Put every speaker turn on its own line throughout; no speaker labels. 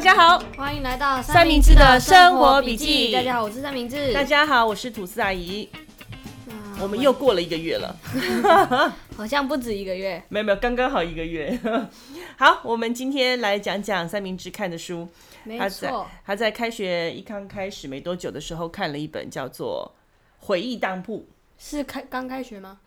家好，
欢迎来到
三明治的生活笔记
大家好，我是三明治。
大家好，我是吐司阿姨。
啊
我们又过了一个月了，
好像不止一个月，
没有没有，刚刚好一个月。 好，我们今天来讲讲三明治看的书。
没
他在
错，
他在开学一刚开始没多久的时候，看了一本叫做《回忆当铺》，
是开刚开学吗？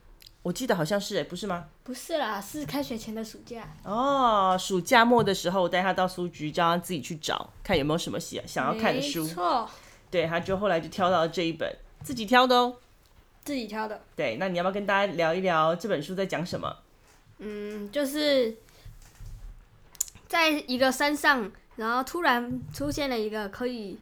我记得好像是哎，不是吗？
不是啦，是开学前的暑假。
哦，暑假末的时候，我带他到书局，叫他自己去找，看有没有什么想想要看的书
没。错，
对，他就后来就挑到了这一本，自己挑的哦。
自己挑的。
对，那你要不要跟大家聊一聊这本书在讲什么？
嗯，就是在一个山上，然后突然出现了一个可以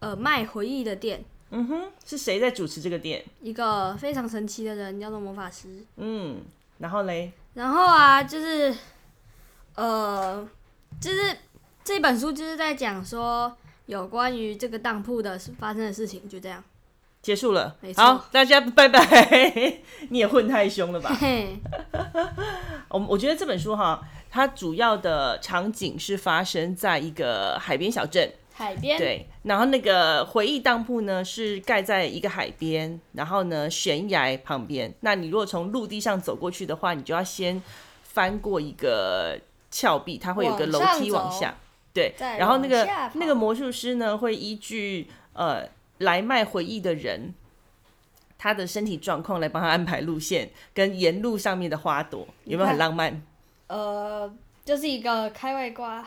呃卖回忆的店，
嗯哼，是谁在主持这个店？
一个非常神奇的人叫做魔法师。
嗯，然后嘞，
然后啊，就是，呃，就是这本书就是在讲说有关于这个当铺的事发生的事情，就这样。
结束了
没，错
好，大家拜拜。 你也混太凶了吧
嘿？嘿，
我我觉得这本书哈，它主要的场景是发生在一个海边小镇，
海边，
对。然后那个回忆当铺呢是盖在一个海边，然后呢悬崖旁边。那你如果从陆地上走过去的话，你就要先翻过一个峭壁，它会有个楼梯往
往上走
下。对，
再
然后那个
往下跑
那个魔术师呢，会依据呃来卖回忆的人他的身体状况来帮他安排路线跟沿路上面的花朵，有没有很
你看
浪漫？
呃，就是一个开外挂，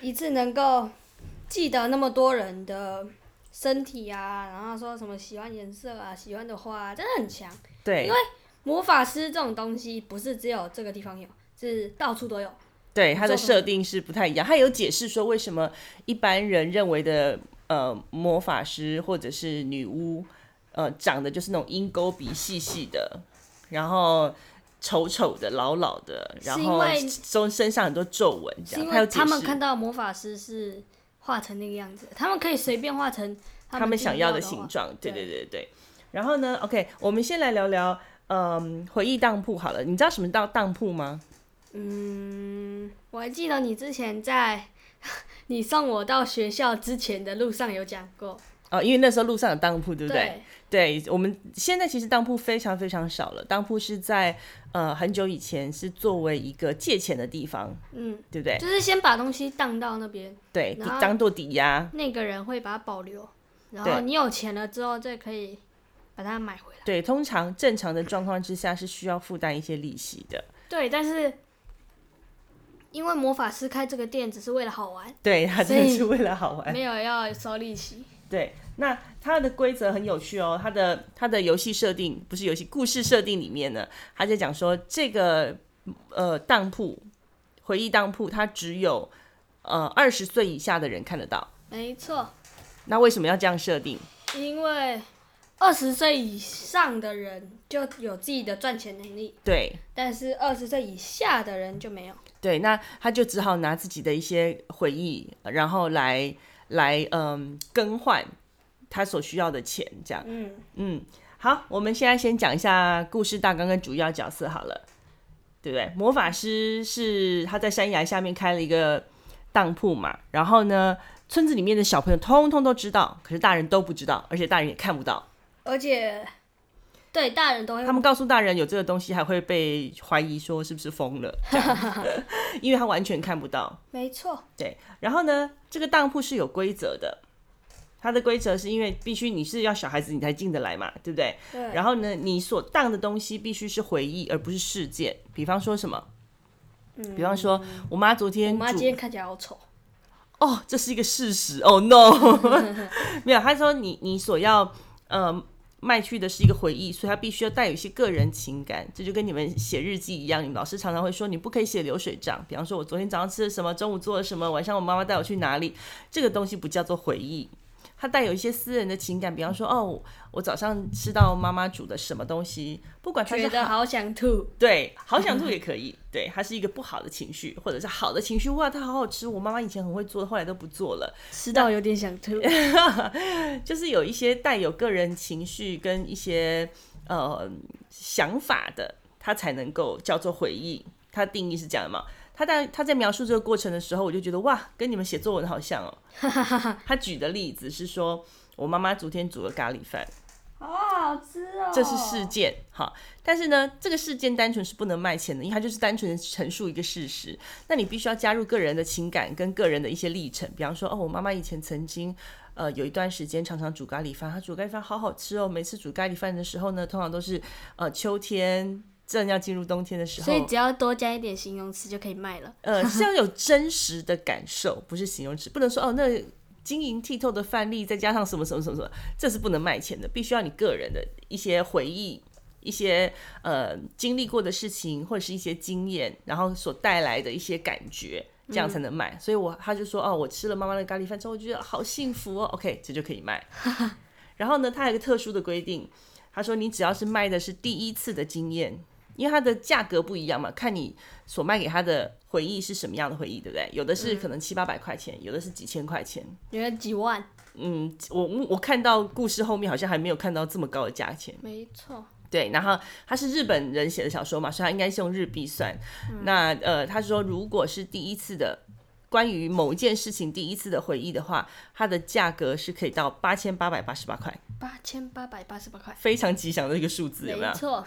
一次能够记得那么多人的身体啊，然后说什么喜欢颜色啊，喜欢的花、啊，真的很强。
对，
魔法师这种东西不是只有这个地方有，是到处都有。
对，它的
做什么
设定是不太一样。它有解释说为什么一般人认为的呃魔法师或者是女巫，呃长得就是那种鹰钩鼻细细的，然后丑丑的、老老的，然
是因
后
为
身身上很多皱纹，这样。
是因
它有
为
解
他们
释
看到魔法师是画成那个样子，他们可以随便画成他
他们
自己
想要
要
的
画
形。状。对对
对
对对。然后呢，OK，我们先来聊聊。嗯，回忆当铺好了，你知道什么叫当铺吗？
嗯，我还记得你之前在你送我到学校之前的路上有讲过，
哦，因为那时候路上有当铺，对
对
不对？对我们现在其实当铺非常非常少了，当铺是在呃很久以前是作为一个借钱的地方，
嗯，
对不对？
就是先把东西当到那边，
对，
然后
当做抵押。
那个人会把它保留，然
对
后你有钱了之后再可以把它买回来。
对，通常正常的状况之下是需要负担一些利息的。
对，但是因为魔法师开这个店只是为了好玩，
对，它
所
真
以
的是为了好玩。
没有要收利息。
对，那它的规则很有趣哦，它的它的游戏设定不是游戏，故事设定里面呢，它在讲说这个呃当铺回忆当铺，它只有呃二十岁以下的人看得到。
没错，
那为什么要这样设定？
因为二十岁以上的人就有自己的赚钱能力，
对，
但是二十岁以下的人就没有。
对，那他就只好拿自己的一些回忆，然后来来嗯更换他所需要的钱，这样。
嗯，
嗯，好，我们现在先讲一下故事大纲跟主要角色好了，对不对？魔法师是他在山崖下面开了一个当铺嘛，然后呢，村子里面的小朋友通通都知道，可是大人都不知道，而且大人也看不到。
而且对大人都会
他们告诉大人有这个东西，还会被怀疑说是不是疯了，这样 因为他完全看不到。
没错，
对，然后呢，这个当铺是有规则的，它的规则是因为必须你是要小孩子你才进得来嘛，对不对？
对，
然后呢，你所当的东西必须是回忆，而不是事件。比方说什么？比方说，我妈昨
嗯我
天
妈
煮
今天看起来好丑。
哦，这是一个事实。哦 no，没有，他说你你所要呃卖去的是一个回忆，所以他必须要带有一些个人情感。这就跟你们写日记一样，你们老师常常会说你不可以写流水账。比方说，我昨天早上吃了什么，中午做了什么，晚上我妈妈带我去哪里，这个东西不叫做回忆。它带有一些私人的情感，比方说，哦，我早上吃到妈妈煮的什么东西，不管它是
觉得好想吐，
对，好想吐也可以。对，它是一个不好的情绪，或者是好的情绪。哇，它好好吃，我妈妈以前很会做，后来都不做了。
吃到有点想吐。
就是有一些带有个人情绪跟一些呃想法的，它才能够叫做回忆。它定义是这样的嘛？他在他在描述这个过程的时候，我就觉得哇，跟你们写作文好像哦。他举的例子是说，我妈妈昨天煮了咖喱饭，
好好吃哦。
这是事件，好，但是呢，这个事件单纯是不能卖钱的，因为它就是单纯陈述一个事实。那你必须要加入个人的情感跟个人的一些历程，比方说，哦，我妈妈以前曾经。呃，有一段时间常常煮咖喱饭，她煮咖喱饭好好吃哦。每次煮咖喱饭的时候呢，通常都是呃秋天正要进入冬天的时候，
所以只要多加一点形容词就可以卖了。
呃，是要有真实的感受，不是形容词，不能说哦，那晶莹剔透的范例，再加上什么什么什么什么，这是不能卖钱的，必须要你个人的一些回忆、一些呃经历过的事情，或者是一些经验，然后所带来的一些感觉，这样才能卖。所以我他就说哦，我吃了妈妈的咖喱饭之后，我觉得好幸福哦，OK，这就可以卖。然后呢，他还有一个特殊的规定，他说你只要是卖的是第一次的经验，因为它的价格不一样嘛，看你所卖给他的回忆是什么样的回忆，对不对？有的是可能七八百块钱，有的是几千块钱。
有人几万，
嗯，我我看到故事后面好像还没有看到这么高的价钱。
没错。
对，然后他是日本人写的小说嘛，所以他应该是用日币算。那呃，他说如果是第一次的关于某一件事情第一次的回忆的话，它的价格是可以到八千八百八十八块，
八千八百八十八块，
非常吉祥的一个数字，有没有
没？错，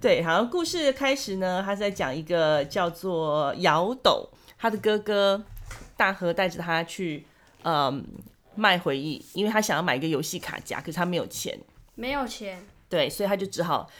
对，好像故事的开始呢，他在讲一个叫做姚斗，他的哥哥大和带着他去，嗯，卖回忆，因为他想要买一个游戏卡夹，可是他没有钱，
没有钱，
对，所以他就只好，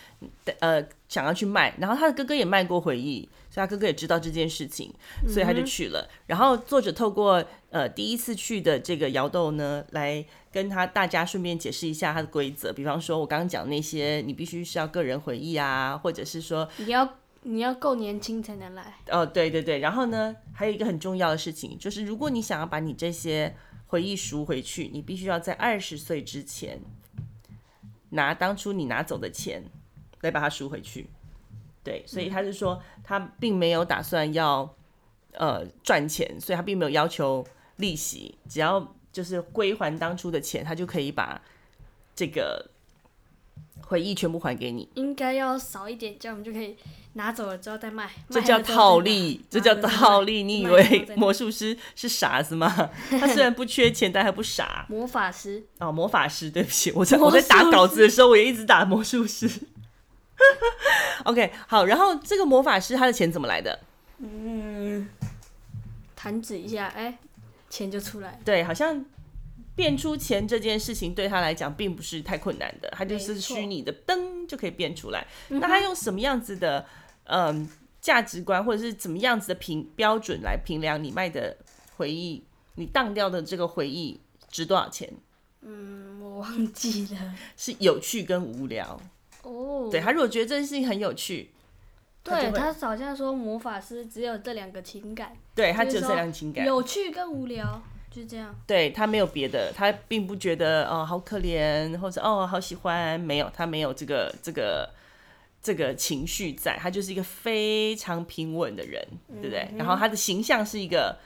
呃，想要去卖。然后他的哥哥也卖过回忆，所以他哥哥也知道这件事情，所以他就去了。然后作者透过呃第一次去的这个姚豆呢，来跟他大家顺便解释一下他的规则，比方说我刚刚讲那些，你必须是要个人回忆啊，或者是说
你要你要够年轻才能来，
哦，对对对，然后呢，还有一个很重要的事情，就是如果你想要把你这些回忆赎回去，你必须要在二十岁之前拿当初你拿走的钱来把它赎回去。对，所以他就说他并没有打算要呃赚钱，所以他并没有要求利息，只要就是归还当初的钱，他就可以把这个回忆全部还给你。
应该要少一点，这样我们就可以拿走了之后再卖。卖啊了
这
之后
叫
再
套
拿
利，这
啊
拿
叫
了之后再
套
卖
利。你以
卖了之后
为
再拿
魔术师是傻子 吗？他虽然不缺钱，但他不傻
魔法师
哦。魔法师，对不起，我在
魔
我
术
在
师
打稿子的时候，我也一直打魔术师。OK，好，然后这个魔法师他的钱怎么来的？
弹指一下，哎、钱就出来了。
对，好像变出钱这件事情对他来讲并不是太困难的，他就
没
是
错嗯
虚拟的灯就可以变出来。那他用什么样子的嗯价值观，或者是怎么样子的评标准来评量你卖的回忆，你当掉的这个回忆值多少钱？
嗯，我忘记了。
是有趣跟无聊。
哦，
对他如果觉得这件事情很有趣，他
对
就会
他好像说魔法师只有这两个情感，
对他
就是
只有这
说
两情感。
有趣跟无聊，就这样。
对他没有别的，他并不觉得哦好可怜，或者哦好喜欢，没有，他没有这个这个这个情绪在，他就是一个非常平稳的人，
嗯
对不
嗯
对？然后他的形象是一个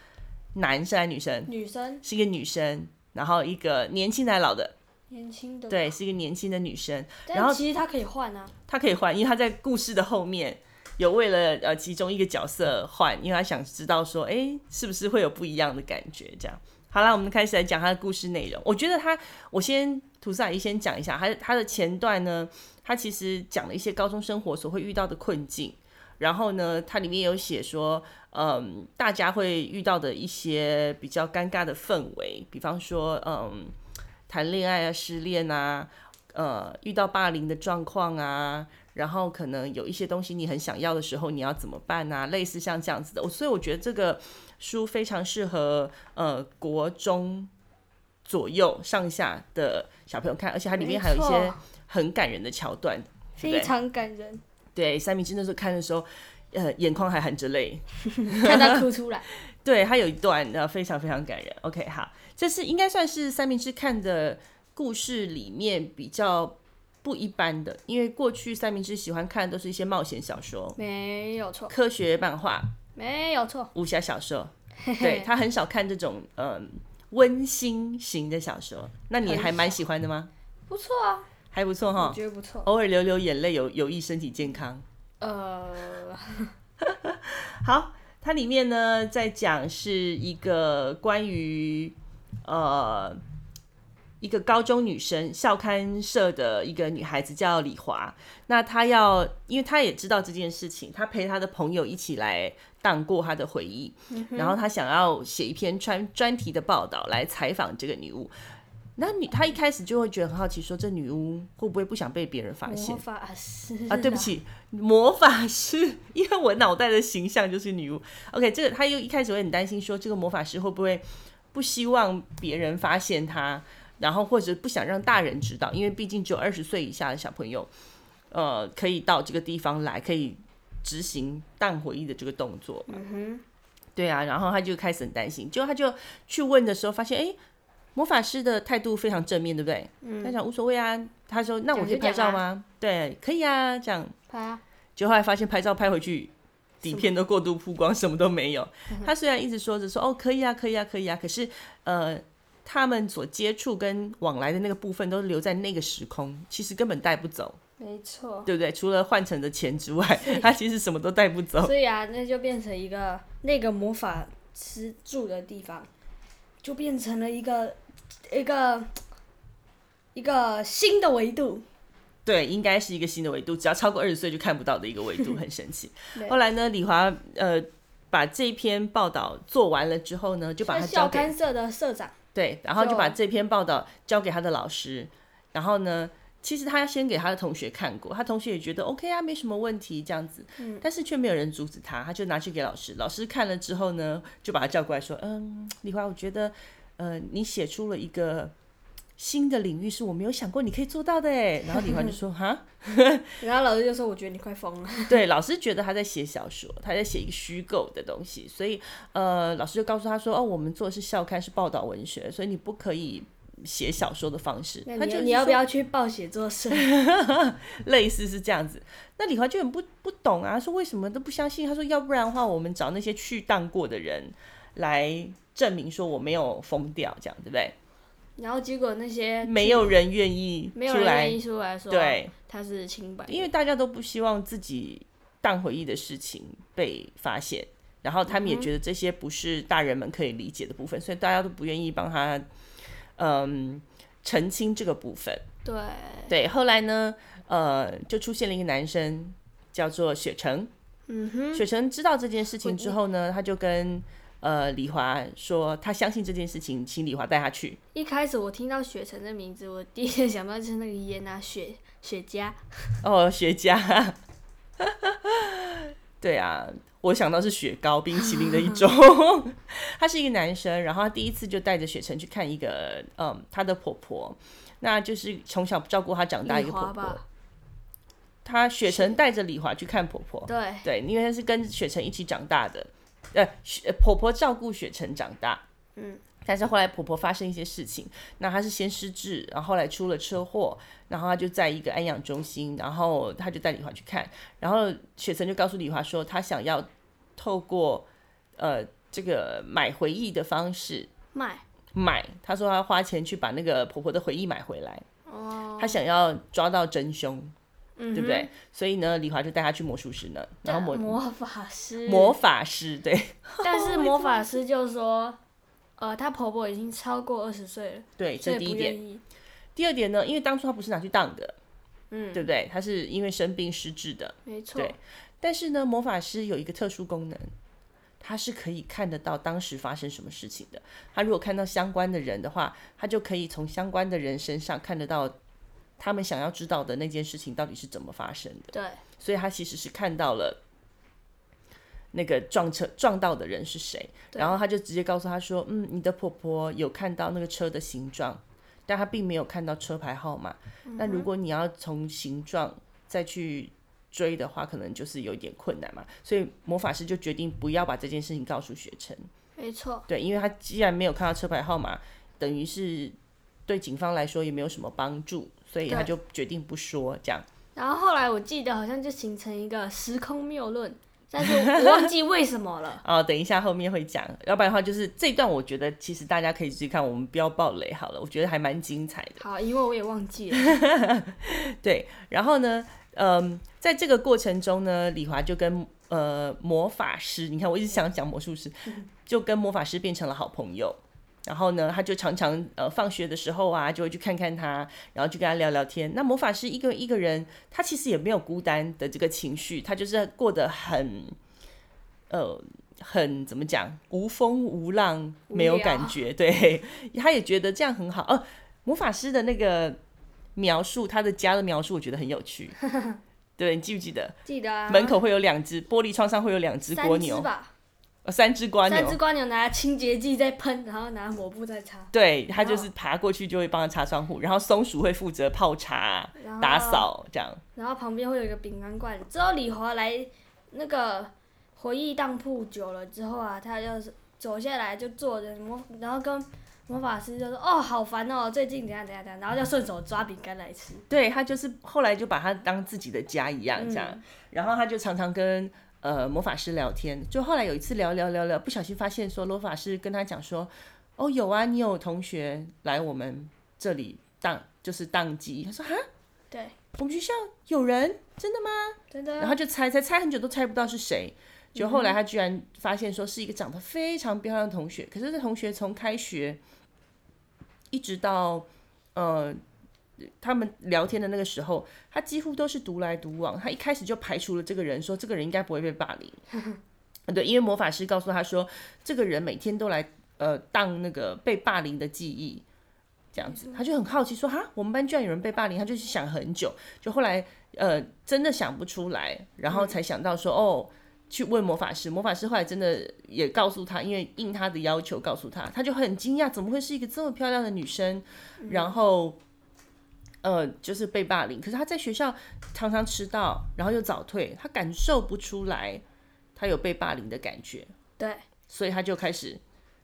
男生还是女生？
女生
是一个女生，然后一个年轻的还是老的？
年轻的，
对，是一个年轻的女生，然
但
后
其实他可以换啊，
她可以换，因为她在故事的后面。有为了呃其中一个角色换，因为她想知道说，哎、是不是会有不一样的感觉？这样，好啦，我们开始来讲她的故事内容。我觉得她，我先涂萨姨先讲一下，她她的前段呢，她其实讲了一些高中生活所会遇到的困境，然后呢，它里面有写说，嗯，大家会遇到的一些比较尴尬的氛围，比方说，嗯，谈恋爱啊、失恋啊，呃，遇到霸凌的状况啊，然后可能有一些东西你很想要的时候，你要怎么办啊？类似像这样子的，我所以我觉得这个书非常适合呃国中左右上下的小朋友看，而且它里面还有一
没
些
错
很感人的桥段，对不
非
对？
常感人，
对，三明治那时候看的时候，呃，眼眶还含着泪。
看他哭出来。
对他有一段呃非常非常感人。OK，好，这是应该算是三明治看的故事里面比较不一般的，因为过去三明治喜欢看的都是一些冒险小说、
没有错，
科学漫画、
没有错，
武侠小说， 对他很少看这种嗯温馨型的小说。那你
很
还蛮
少
喜欢的吗？
不错啊，
还不错
我
哈，
觉得不错。
偶尔流流眼泪有有益身体健康。
呃，
好，它里面呢在讲是一个关于呃一个高中女生校刊社的一个女孩子叫李华，那她要因为她也知道这件事情，她陪她的朋友一起来荡过她的回忆，然后她想要写一篇专专题的报道来采访这个女巫。那女她一开始就会觉得很好奇，说这女巫会不会不想被别人发现
哦
魔？法师
啊，对不，起，魔法师，因为我脑袋的形象就是女巫。OK，这个他又一开始会很担心，说这个魔法师会不会不希望别人发现他，然后或者不想让大人知道，因为毕竟只有二十岁以下的小朋友，呃，可以到这个地方来，可以执行淡回忆的这个动作嘛。
嗯
对啊，然后他就开始很担心，结果他就去问的时候发现，哎，魔法师的态度非常正面，对不对？他讲无所谓啊，他说那我可以拍照
嗯讲就讲啊
吗？对，可以啊，这样。
拍啊，
就后来发现拍照拍回去，底片都过度曝光，什么都没有。他虽然一直说着说哦可以啊可以啊可以啊，可是呃他们所接触跟往来的那个部分都留在那个时空，其实根本带不走，
没
哦
错。
对不对？除了换成的钱之外，他其实什么都带不走。
所以啊，那就变成一个那个魔法师住的地方，就变成了一个一个一个新的维度。
对，应该是一个新的维度，只要超过二十岁就看不到的一个维度，很神奇
对。
后来呢，李华呃把这篇报道做完了之后呢，就把
那
它
校
交给
刊社的社长，
对，然后就
就
把这篇报道交给他的老师，然后呢，其实他先给他的同学看过，他同学也觉得 OK 啊，没什么问题这样子，但是却没有人阻止他，他就拿去给老师，老师看了之后呢，就把他叫过来说，嗯，李华，我觉得，呃，你写出了一个。新的领域是我没有想过你可以做到的哎，然后李华就说哈，
然后老师就说：“我觉得你快疯了。
对，老师觉得他在写小说，他在写一个虚构的东西，所以呃，老师就告诉他说，哦，我们做的是校刊，是报道文学，所以你不可以写小说的方式。
那
他
你
就
要
是
你要不
说
要去报写作社？
类似是这样子？那李华就很不不懂啊，说为什么都不相信？他说，要不然的话，我们找那些去当过的人来证明说我没有疯掉，这样对不对？
然后结果那些
没有人愿意
呃没有
出
人
来
愿，意出来说
对，
他是清白的，
因为大家都不希望自己当回忆的事情被发现，然后他们也觉得这些不是大人们可以理解的部分，所以大家都不愿意帮他，嗯，澄清这个部分。
对
对，后来呢，呃，就出现了一个男生，叫做雪城。嗯哼，雪城知道这件事情之后呢，他就跟呃李华说，他相信这件事情，请李华带他去。
一开始我听到雪城的名字，我第一个想到就是那个烟啊，雪雪茄，
哦，雪茄， 对啊，我想到是雪糕，冰淇淋的一种。 他是一个男生，然后他第一次就带着雪城去看一个，嗯，他的婆婆，那就是从小照顾他长嗯大一
丽
个婆
华
婆。
吧，
他雪城带着李华去看婆婆，
对，
对，因为他是跟雪城一起长大的，呃，雪呃婆婆照顾雪城长大，嗯，但是后来婆婆发生一些事情，那她是先失智，然后后来出了车祸，然后她就在一个安养中心，然后她就带李华去看，然后雪城就告诉李华说，她想要透过呃这个买回忆的方式。
卖
买，她说她花钱去把那个婆婆的回忆买回来。哦，嗯她想要抓到真凶，
嗯
对不对？所以呢，李华就带她去魔术师那，然后魔
魔法师，
魔法师，对
但是魔法师就说，呃，她婆婆已经超过二十岁了，
对，
所
这第
以
一
不
点。
愿意。
第二点呢，因为当初他不是拿去当的，嗯，对不对？他是因为生病失智的，
没错，
对但是呢，魔法师有一个特殊功能，他是可以看得到当时发生什么事情的。他如果看到相关的人的话，他就可以从相关的人身上看得到他们想要知道的那件事情到底是怎么发生的。
对，
所以他其实是看到了那个撞车撞到的人是谁，
对
然后他就直接告诉他说：“嗯，你的婆婆有看到那个车的形状，但她并没有看到车牌号码。
嗯
那如果你要从形状再去追的话，可能就是有一点困难嘛。所以魔法师就决定不要把这件事情告诉雪城，
没错，
对，因为他既然没有看到车牌号码，等于是对警方来说也没有什么帮助，所以他
对
就决定不说这样。”。
然后后来我记得好像就形成一个时空谬论，但是我忘记为什么了
哦，等一下后面会讲，要不然的话就是这一段，我觉得其实大家可以自己看，我们不要爆雷好了，我觉得还蛮精彩的。
好，因为我也忘记了。
对，然后呢，嗯，在这个过程中呢，李华就跟呃魔法师，你看我一直想讲魔术师，就跟魔法师变成了好朋友。然后呢，他就常常呃放学的时候啊，就会去看看他，然后就跟他聊聊天。那魔法师一个一个人，他其实也没有孤单的这个情绪，他就是过得很呃很怎么讲，无风无浪，
无
没有
聊
感觉。对，他也觉得这样很好。哦，魔法师的那个描述，他的家的描述，我觉得很 有趣。对，你记不记得？
记得啊，
门口会有两只玻璃窗上会有两只蜗
三只
牛，
吧，
呃，三只蜗
三只
牛。
瓜牛拿清洁剂在喷，然后拿抹布在擦，
对，它就是爬过去就会帮它擦窗户，然后松鼠会负责泡茶、
然后
打，扫这样。
然后旁边会有一个饼干罐。之后李华来那个回忆当铺久了之后啊，他就是走下来就坐着魔，然后跟魔法师就说：“哦，好烦哦，最近怎样怎样怎样。”然后就顺手抓饼干来吃。
对，它就是后来就把它当自己的家一样这样，然后它就常常跟呃魔法师聊天。就后来有一次聊聊聊聊，不小心发现说魔法师跟他讲说：“哦，有啊，你有同学来我们这里当就是当机。”他说：“哈，
对，
我们学校有人真的吗？”
真
然
的，
后就猜猜猜很久都猜不到是谁。就后来他居然发现说是一个长得非常漂亮的同学，可是这同学从开学一直到呃他们聊天的那个时候，他几乎都是独来独往。他一开始就排除了这个人，说这个人应该不会被霸凌。对，因为魔法师告诉他说，这个人每天都来呃当那个被霸凌的记忆。这样子，他就很好奇说：“哈，我们班居然有人被霸凌。”他就去想很久，就后来呃，真的想不出来，然后才想到说，哦，去问魔法师。魔法师后来真的也告诉他，因为应他的要求告诉他，他就很惊讶，怎么会是一个这么漂亮的女生？
嗯
然后，呃，就是被霸凌。可是他在学校常常迟到，然后又早退，他感受不出来他有被霸凌的感觉，
对，
所以他就开始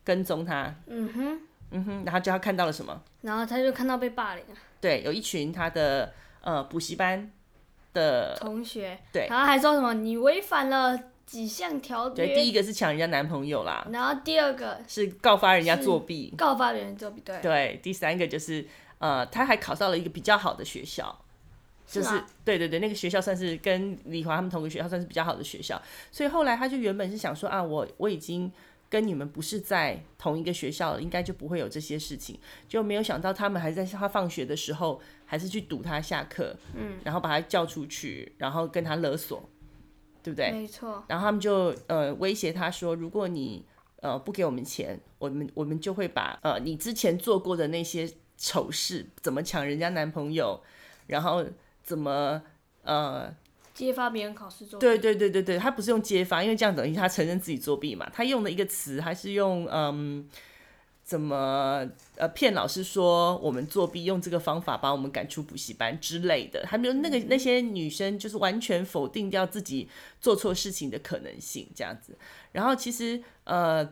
跟踪他。
嗯哼。
嗯哼，然后就他看到了什么？
然后他就看到被霸凌了
对，有一群他的呃补习班的
同学，
对
然后还说什么你违反了几项条
对，第
约，
一个是抢人家男朋友啦，
然后第二个
是告发人家作弊。
告发别人作弊，对，
对，第三个就是呃，他还考到了一个比较好的学校，就是
吗
对对对，那个学校算是跟李华他们同个学校，算是比较好的学校。所以后来他就原本是想说啊，我我已经跟你们不是在同一个学校了，应该就不会有这些事情。就没有想到他们还在他放学的时候，还是去堵他下课，嗯，然后把他叫出去，然后跟他勒索，对不对？
没错，
然后他们就呃威胁他说，如果你呃不给我们钱，我们我们就会把呃你之前做过的那些丑事，怎么抢人家男朋友，然后怎么呃，
揭发别人考试作弊，
对对对对对，他不是用揭发，因为这样等于他承认自己作弊嘛。他用的一个词还是用嗯。怎么呃骗老师说我们作弊，用这个方法把我们赶出补习班之类的？他们就那个那些女生就是完全否定掉自己做错事情的可能性，这样子。然后其实呃，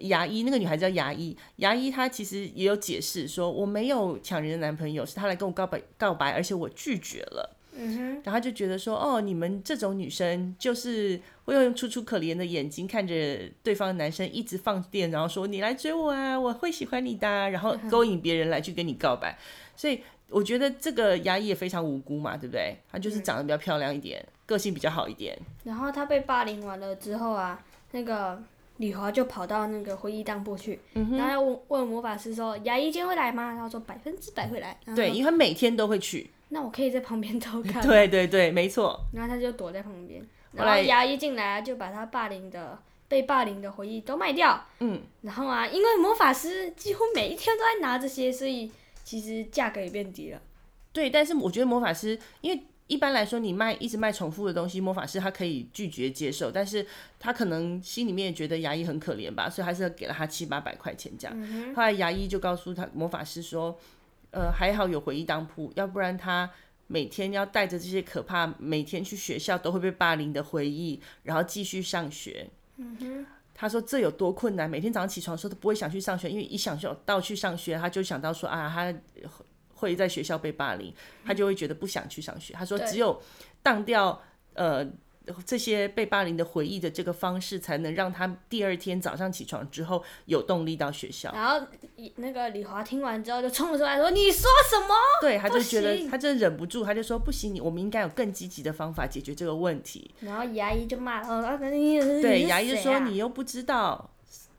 牙医那个女孩子叫牙医，牙医她其实也有解释说，我没有抢人的男朋友，是他来跟我告白告白，而且我拒绝了。嗯哼，然后就觉得说，哦，你们这种女生就是会用楚楚可怜的眼睛看着对方的男生一直放电，然后说你来追我啊，我会喜欢你的啊、然后勾引别人来去跟你告白。所以我觉得这个牙医也非常无辜嘛，对不对？她就是长得比较漂亮一点，个性比较好一点。
然后他被霸凌完了之后啊，那个李华就跑到那个回忆当铺去，
嗯
然后问问魔法师说牙医今天会来吗？然后说百分之百会来，然后
对，因为他每天都会去。
那我可以在旁边偷 看，
对对对，没错。
然后他就躲在旁边，
后
然后
来
牙医进来啊就把他霸凌的被霸凌的回忆都卖掉，
嗯，
然后啊，因为魔法师几乎每一天都在拿这些，所以其实价格也变低了，
对，但是我觉得魔法师，因为一般来说你卖一直卖重复的东西，魔法师他可以拒绝接受，但是他可能心里面也觉得牙医很可怜吧，所以还是给了他七八百块钱这样。后来牙医就告诉他魔法师说，呃，还好有回忆当铺，要不然他。每天要带着这些可怕，每天去学校都会被霸凌的回忆，然后继续上学。他说这有多困难，每天早上起床的时候都不会想去上学，因为一想到去上学，他就想到说啊，他会在学校被霸凌，他就会觉得不想去上学。他说
对
只有当掉呃这些被霸凌的回忆的这个方式，才能让他第二天早上起床之后有动力到学校。
然后李那个李华听完之后就冲出来说：“你说什么？”
对，他就觉
不
得
行
他真的忍不住，他就说不行，你我们应该有更积极的方法解决这个问题。
然后牙医就骂了，哦，那你
对，
对
牙医就说你又不知道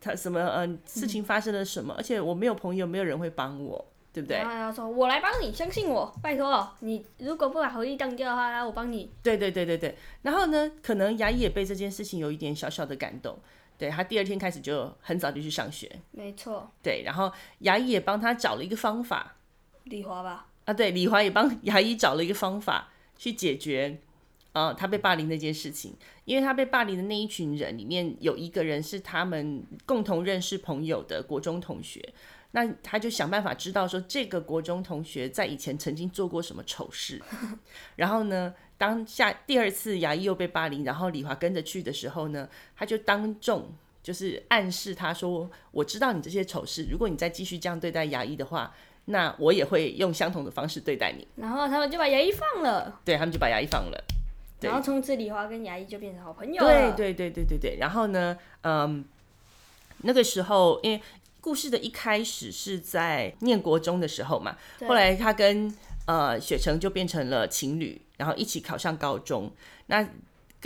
他什么呃事
嗯
情发生了什么，而且我没有朋友，没有人会帮我，对不对
然？后他说我来帮你，相信我，拜托，你如果不把回忆当掉的话，那我帮你。
对对对对对。然后呢，可能牙医也被这件事情有一点小小的感动，对他第二天开始就很早就去上学，
没错，
对，然后牙医也帮他找了一个方法
李华吧，
啊，对，李华也帮 牙医找了一个方法去解决。呃，他被霸凌那件事情，因为他被霸凌的那一群人里面有一个人是他们共同认识朋友的国中同学，那他就想办法知道说这个国中同学在以前曾经做过什么丑事， 然后呢，当下第二次牙医又被霸凌，然后李华跟着去的时候呢，他就当众就是暗示他说：“我知道你这些丑事，如果你再继续这样对待牙医的话，那我也会用相同的方式对待你。
然后他们就把牙医放了，”
对他们就把牙医放了。对
然后从此李华跟牙医就变成好朋友
对
了。
对对对对对。然后呢，嗯，那个时候因为故事的一开始是在念国中的时候嘛，
对
后来他跟呃雪城就变成了情侣，然后一起考上高中。那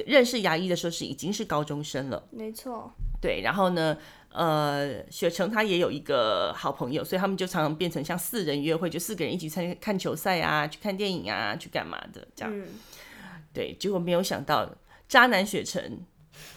认识牙医的时候是已经是高中生了，
没错，
对。然后呢，呃，雪城他也有一个好朋友，所以他们就常常变成像四人约会，就四个人一起参看球赛啊，去看电影啊，去干嘛的这样。
嗯，
对，结果没有想到渣男雪城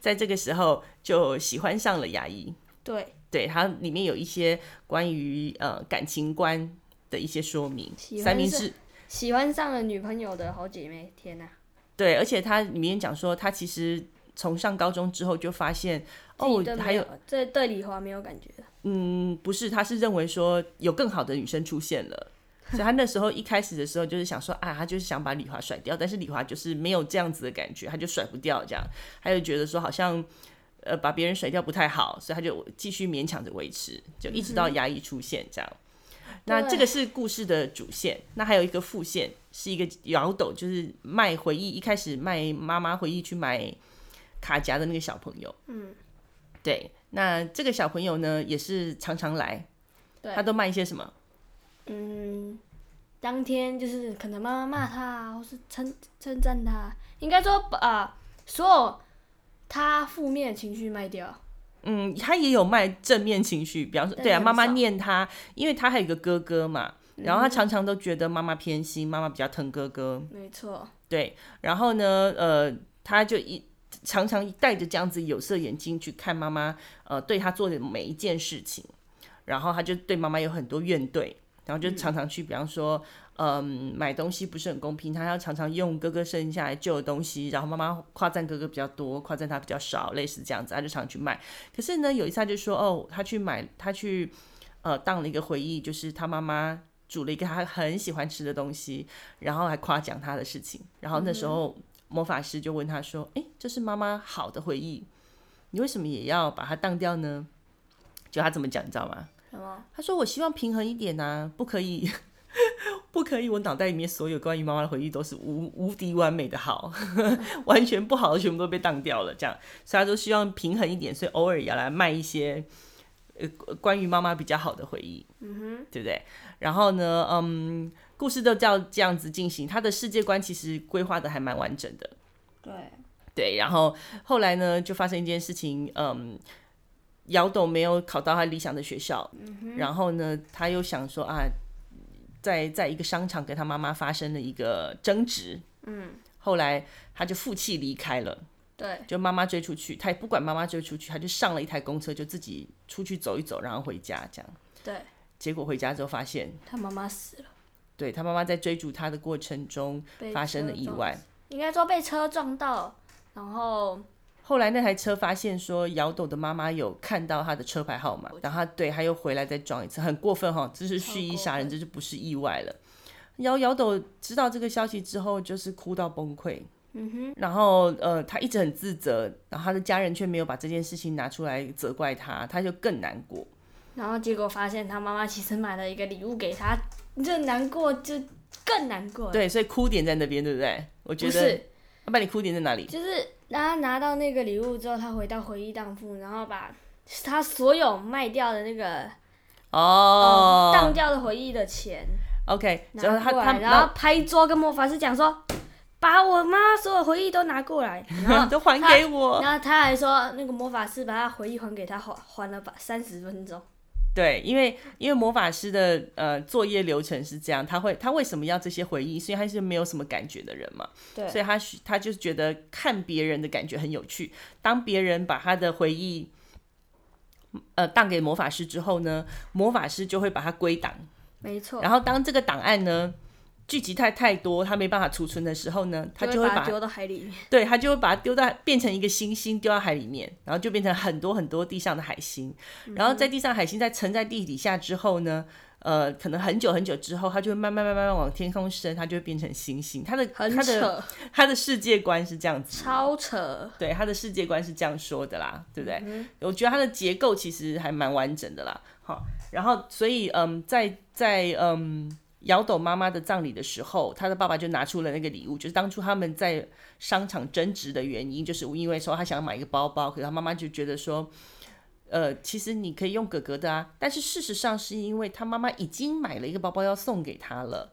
在这个时候就喜欢上了牙医。
对，
对，它里面有一些关于呃感情观的一些说明，
喜欢
三明
上
治。
喜欢上了女朋友的好姐妹，天啊哪、
对，而且它里面讲说，他其实从上高中之后就发现，
自
哦
己对，
还
没
有，
这对李华没有感觉了，
嗯，不是，他是认为说有更好的女生出现了。所以他那时候一开始的时候就是想说啊，他就是想把李华甩掉，但是李华就是没有这样子的感觉，他就甩不掉这样，他就觉得说好像呃把别人甩掉不太好，所以他就继续勉强着维持，就一直到牙医出现这样。那这个是故事的主线，那还有一个副线是一个摇斗，就是卖回忆，一开始卖妈妈回忆去买卡夹的那个小朋友，嗯，对，那这个小朋友呢也是常常来，
对
他都卖一些什么？
嗯。当天就是可能妈妈骂他啊，或是称称赞他，应该说把、啊所有他负面的情绪卖掉。
嗯，他也有卖正面情绪，比方说，
但
对啊，
很
妈妈
少嗯
念他，因为他还有一个哥哥嘛，然后他常常都觉得妈妈偏心，妈妈比较疼哥哥，
没错，
对，然后呢，呃，他就一常常戴着这样子有色眼镜去看妈妈，呃，对他做的每一件事情，然后他就对妈妈有很多怨怼，然后就常常去，比方说，嗯、买东西不是很公平，他要常常用哥哥剩下来旧的东西，然后妈妈夸赞哥哥比较多，夸赞他比较少，类似这样子，他就常去买。可是呢，有一次他就说，哦，他去买，他去呃当了一个回忆，就是他妈妈煮了一个他很喜欢吃的东西，然后还夸奖他的事情。然后那时候魔法师就问他说：“诶，这是妈妈好的回忆，你为什么也要把它当掉呢？”就他怎么讲，你知道吗？
什么？
他说：“我希望平衡一点呐、不可以， 不可以，我脑袋里面所有关于妈妈的回忆都是无无敌完美的好， 完全不好的全部都被当掉了。这样，所以他说希望平衡一点，所以偶尔也要来卖一些呃关于妈妈比较好的回忆，嗯哼，对不对？然后呢，嗯，故事都照这样子进行，他的世界观其实规划的还蛮完整的。”
对，
对，然后后来呢，就发生一件事情，嗯，姚董没有考到他理想的学校，
嗯
然后呢，他又想说啊，在在一个商场跟他妈妈发生了一个争执，嗯，后来他就负气离开了，
对，
就妈妈追出去，他也不管妈妈追出去，他就上了一台公车，就自己出去走一走，然后回家这样，
对，
结果回家之后发现，
他妈妈死了，
对他妈妈在追逐他的过程中
被
发生了
车
意
撞
外
死，，应该说被车撞到，然后
后来那台车发现说，姚斗的妈妈有看到他的车牌号码，然后他对他又回来再撞一次，很过分哈、这是蓄意杀人，
超过分
这就不是意外了。姚姚斗知道这个消息之后，就是哭到崩溃。嗯哼，然后呃，他一直很自责，然后他的家人却没有把这件事情拿出来责怪他，他就更难过。
然后结果发现他妈妈其实买了一个礼物给他，就难过就更难过了。
对，所以哭点在那边，对不对？我觉
不
得
是，
那把你哭点在哪里？
就是他拿到那个礼物之后，他回到回忆当铺，然后把他所有卖掉的那个呃
哦、
当掉的回忆的钱
o k 然后
拿
他
过
他
来，然后拍桌跟魔法师讲说，把我妈所有回忆都拿过来，然后
都还给我。
然后他还说那个魔法师把他回忆还给他，还还了吧三十分钟。
对，因为因为魔法师的呃作业流程是这样，他会他为什么要这些回忆？是因为他是没有什么感觉的人嘛，
对
所以他需他就是觉得看别人的感觉很有趣。当别人把他的回忆呃当给魔法师之后呢，魔法师就会把它归档，
没错，
然后当这个档案呢聚集太太多，他没办法储存的时候呢，他就会
会把
把
它丢到海里面。
对，他就会把它丢到变成一个星星丢到海里面，然后就变成很多很多地上的海星，
嗯
然后在地上海星在沉在地底下之后呢，呃，可能很久很久之后，它就会慢慢慢慢慢往天空升，它就会变成星星。它的
很
它的
扯，
它的世界观是这样子，
超扯。
对，它的世界观是这样说的啦，对不对？我觉得它的结构其实还蛮完整的啦。好，然后所以嗯，在在嗯。姚斗妈妈的葬礼的时候，她的爸爸就拿出了那个礼物，就是当初他们在商场争执的原因，就是因为说他想买一个包包，可是他妈妈就觉得说，呃，其实你可以用哥哥的啊，但是事实上是因为他妈妈已经买了一个包包要送给他了，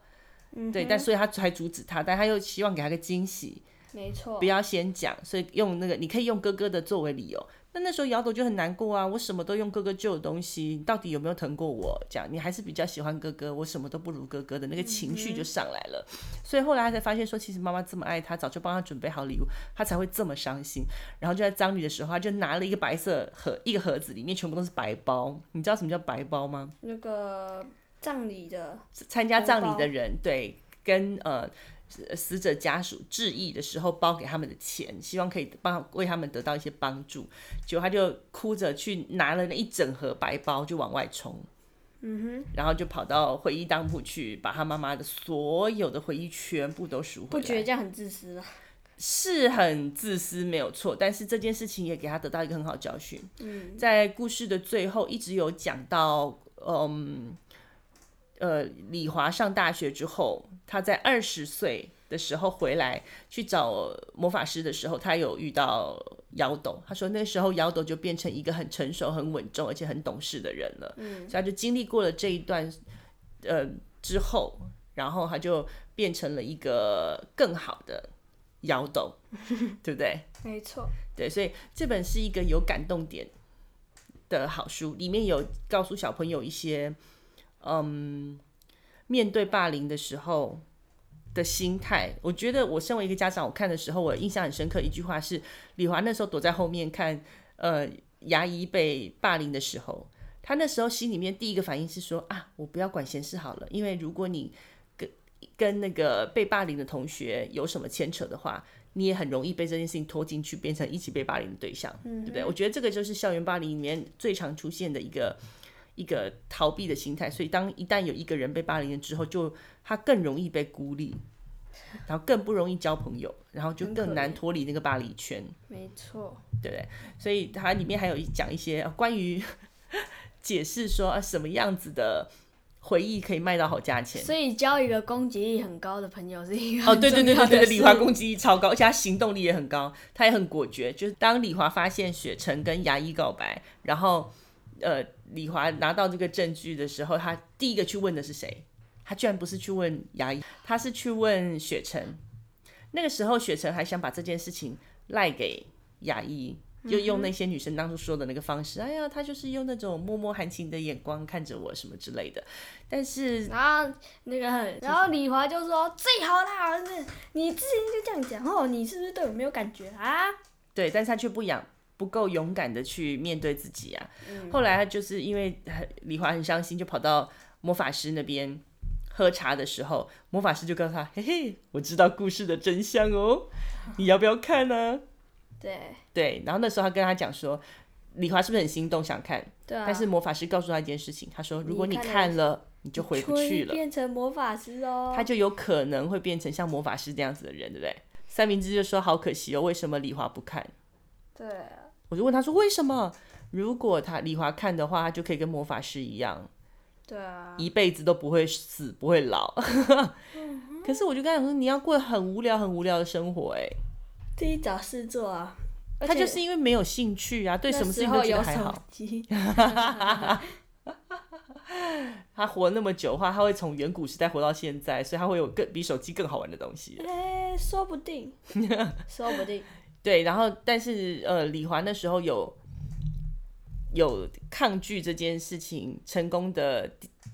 嗯
对，但所以他才阻止他，但他又希望给他个惊喜，
没错
不，要先讲，所以用那个你可以用哥哥的作为理由。那那时候姚斗就很难过啊，我什么都用哥哥旧的东西，你到底有没有疼过我？这样你还是比较喜欢哥哥，我什么都不如哥哥的那个情绪就上来了。所以后来他才发现说，其实妈妈这么爱他，早就帮他准备好礼物，他才会这么伤心。然后就在葬礼的时候，他就拿了一个白色盒，一个盒子里面全部都是白包。你知道什么叫白包吗？
那个葬礼的
参加
红
葬礼
包
的人，对，跟呃死死者家属致意的时候包给他们的钱，希望可以帮为他们得到一些帮助。结果他就哭着去拿了那一整盒白包，就往外冲。嗯哼，然后就跑到回忆当铺去，把他妈妈的所有的回忆全部都赎回
不
来。
觉得这样很自私啊吗？
是很自私，没有错，但是这件事情也给他得到一个很好的教训。嗯，在故事的最后一直有讲到，嗯，呃，李华上大学之后，他在二十岁的时候回来去找魔法师的时候，他有遇到姚斗，他说那时候姚斗就变成一个很成熟、很稳重，而且很懂事的人了。嗯，所以他就经历过了这一段，呃，之后，然后他就变成了一个更好的摇斗， 对不对？
没错，
对，所以这本是一个有感动点的好书，里面有告诉小朋友一些，嗯，面对霸凌的时候的心态。我觉得我身为一个家长，我看的时候，我印象很深刻一句话是李华那时候躲在后面看，呃，牙医被霸凌的时候，他那时候心里面第一个反应是说啊，我不要管闲事好了，因为如果你跟跟那个被霸凌的同学有什么牵扯的话，你也很容易被这件事情拖进去，变成一起被霸凌的对象，对不对？我觉得这个就是校园霸凌里面最常出现的一个一个逃避的心态。所以，当一旦有一个人被霸凌了之后，就他更容易被孤立，然后更不容易交朋友，然后就
很可
更难
怜
脱离那个霸凌圈。
没错，
对不对？所以它里面还有一讲一些呃关于 解释说啊什么样子的回忆可以卖到好价钱。
所以交一个攻击力很高的朋友是一个
哦，对对对对对，李华
华
攻击力超高，而且他行动力也很高，他也很果决。就是当李华发现雪城跟牙医告白，然后呃，李华拿到这个证据的时候，他第一个去问的是谁？他居然不是去问牙医，他是去问雪城。那个时候，雪城还想把这件事情赖给牙医，就用那些女生当初说的那个方式。哎呀，他就是用那种默默含情的眼光看着我什么之类的。但是
然后那个，然后李华就说：“最好啦，那你之前就这样讲哦，你是不是对我没有感觉啊？
对，但是他却不养，不够勇敢的去面对自己啊。
嗯
后来他就是因为很李华很伤心，就跑到魔法师那边喝茶的时候，魔法师就告诉他：“嘿嘿，我知道故事的真相哦，你要不要看呢、
对
对，然后那时候他跟他讲说，李华是不是很心动想看？
对啊。”
但是魔法师告诉他一件事情，他说：“如果
你
你
看了
看了，你就回不去了。”
变成魔法师哦，
他就有可能会变成像魔法师这样子的人，对不对？三明治就说：“好可惜哦，为什么李华不看？”
对啊
我就问他说为什么？如果他李华看的话，他就可以跟魔法师一样，
对啊，
一辈子都不会死，
嗯
不会老。可是我就跟他讲说，你要过很无聊、很无聊的生活、欸，
第一找事做啊，而
他就
且
是因为没有兴趣啊，对
那
什么事
时
情
候
都觉
有
得还
手
好。
机，
他活那么久的话，他会从远古时代活到现在，所以他会有更比手机更好玩的东西。
哎、说不 定，说不定，
对，然后但是呃，李环那时候有有抗拒这件事情，成功的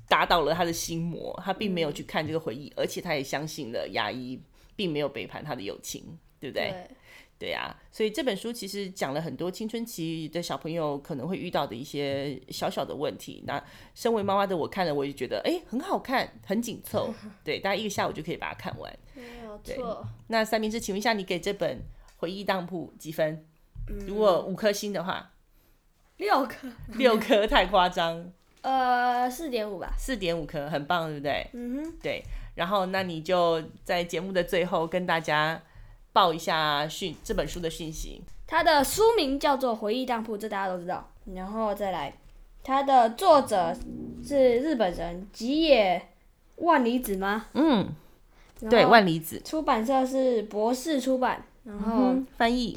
打倒了他的心魔，他并没有去看这个回忆，而且他也相信了牙医并没有背叛他的友情，对不对？
对，
对呀、所以这本书其实讲了很多青春期的小朋友可能会遇到的一些小小的问题。那身为妈妈的我看了，我也觉得哎、诶很好看，很紧凑，对，大概一个下午就可以把它看完。
没有错。
那三明治，请问一下，你给这本《回忆当铺》几分？
嗯
如果五颗星的 话，
六个，
六颗太夸张，
呃，四点五吧。
四点五颗很棒，对不对？
嗯哼，
对，然后那你就在节目的最后跟大家报一下讯这本书的讯息。
它的书名叫做《回忆当铺》，这大家都知道。然后再来，它的作者是日本人吉野万里子吗？
嗯，
然
对，
后哦
万里子，
出版社是博士出版，然后
嗯，翻译。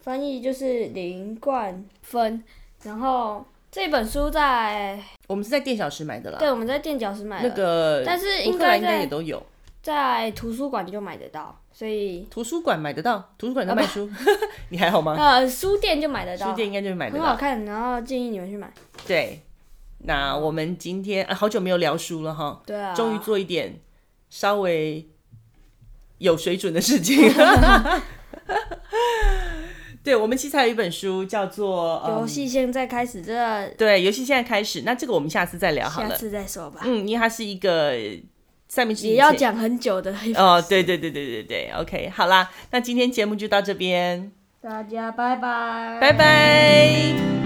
翻译就是林冠芬。然后这本书在
我们是在店小时买的啦。
对我们在垫脚石买
那
的，
个，
但是
乌克
应
兰
该
应该
在
也都有，
在图书馆就买得到，所以
图书馆买得到，图书馆都卖
啊
书， 你还好吗？
呃书店就买得到，
啊书店应该就买得
很好
到。
看，然后建议你们去买。
对，那我们今天、啊、好久没有聊书了哈，
对啊，
终于做一点稍微有水准的事情。 对，我们其实还有一本书叫做《
游
嗯
戏现在开始，这
对，游戏现在开始。那这个我们下次再聊好
下
了。
次再说吧。
嗯，因为它是一个三明治
也
以
要
前
讲很久的。
哦，对对对对对对，OK，好啦，那今天节目就到这边，
大家拜拜。
拜拜。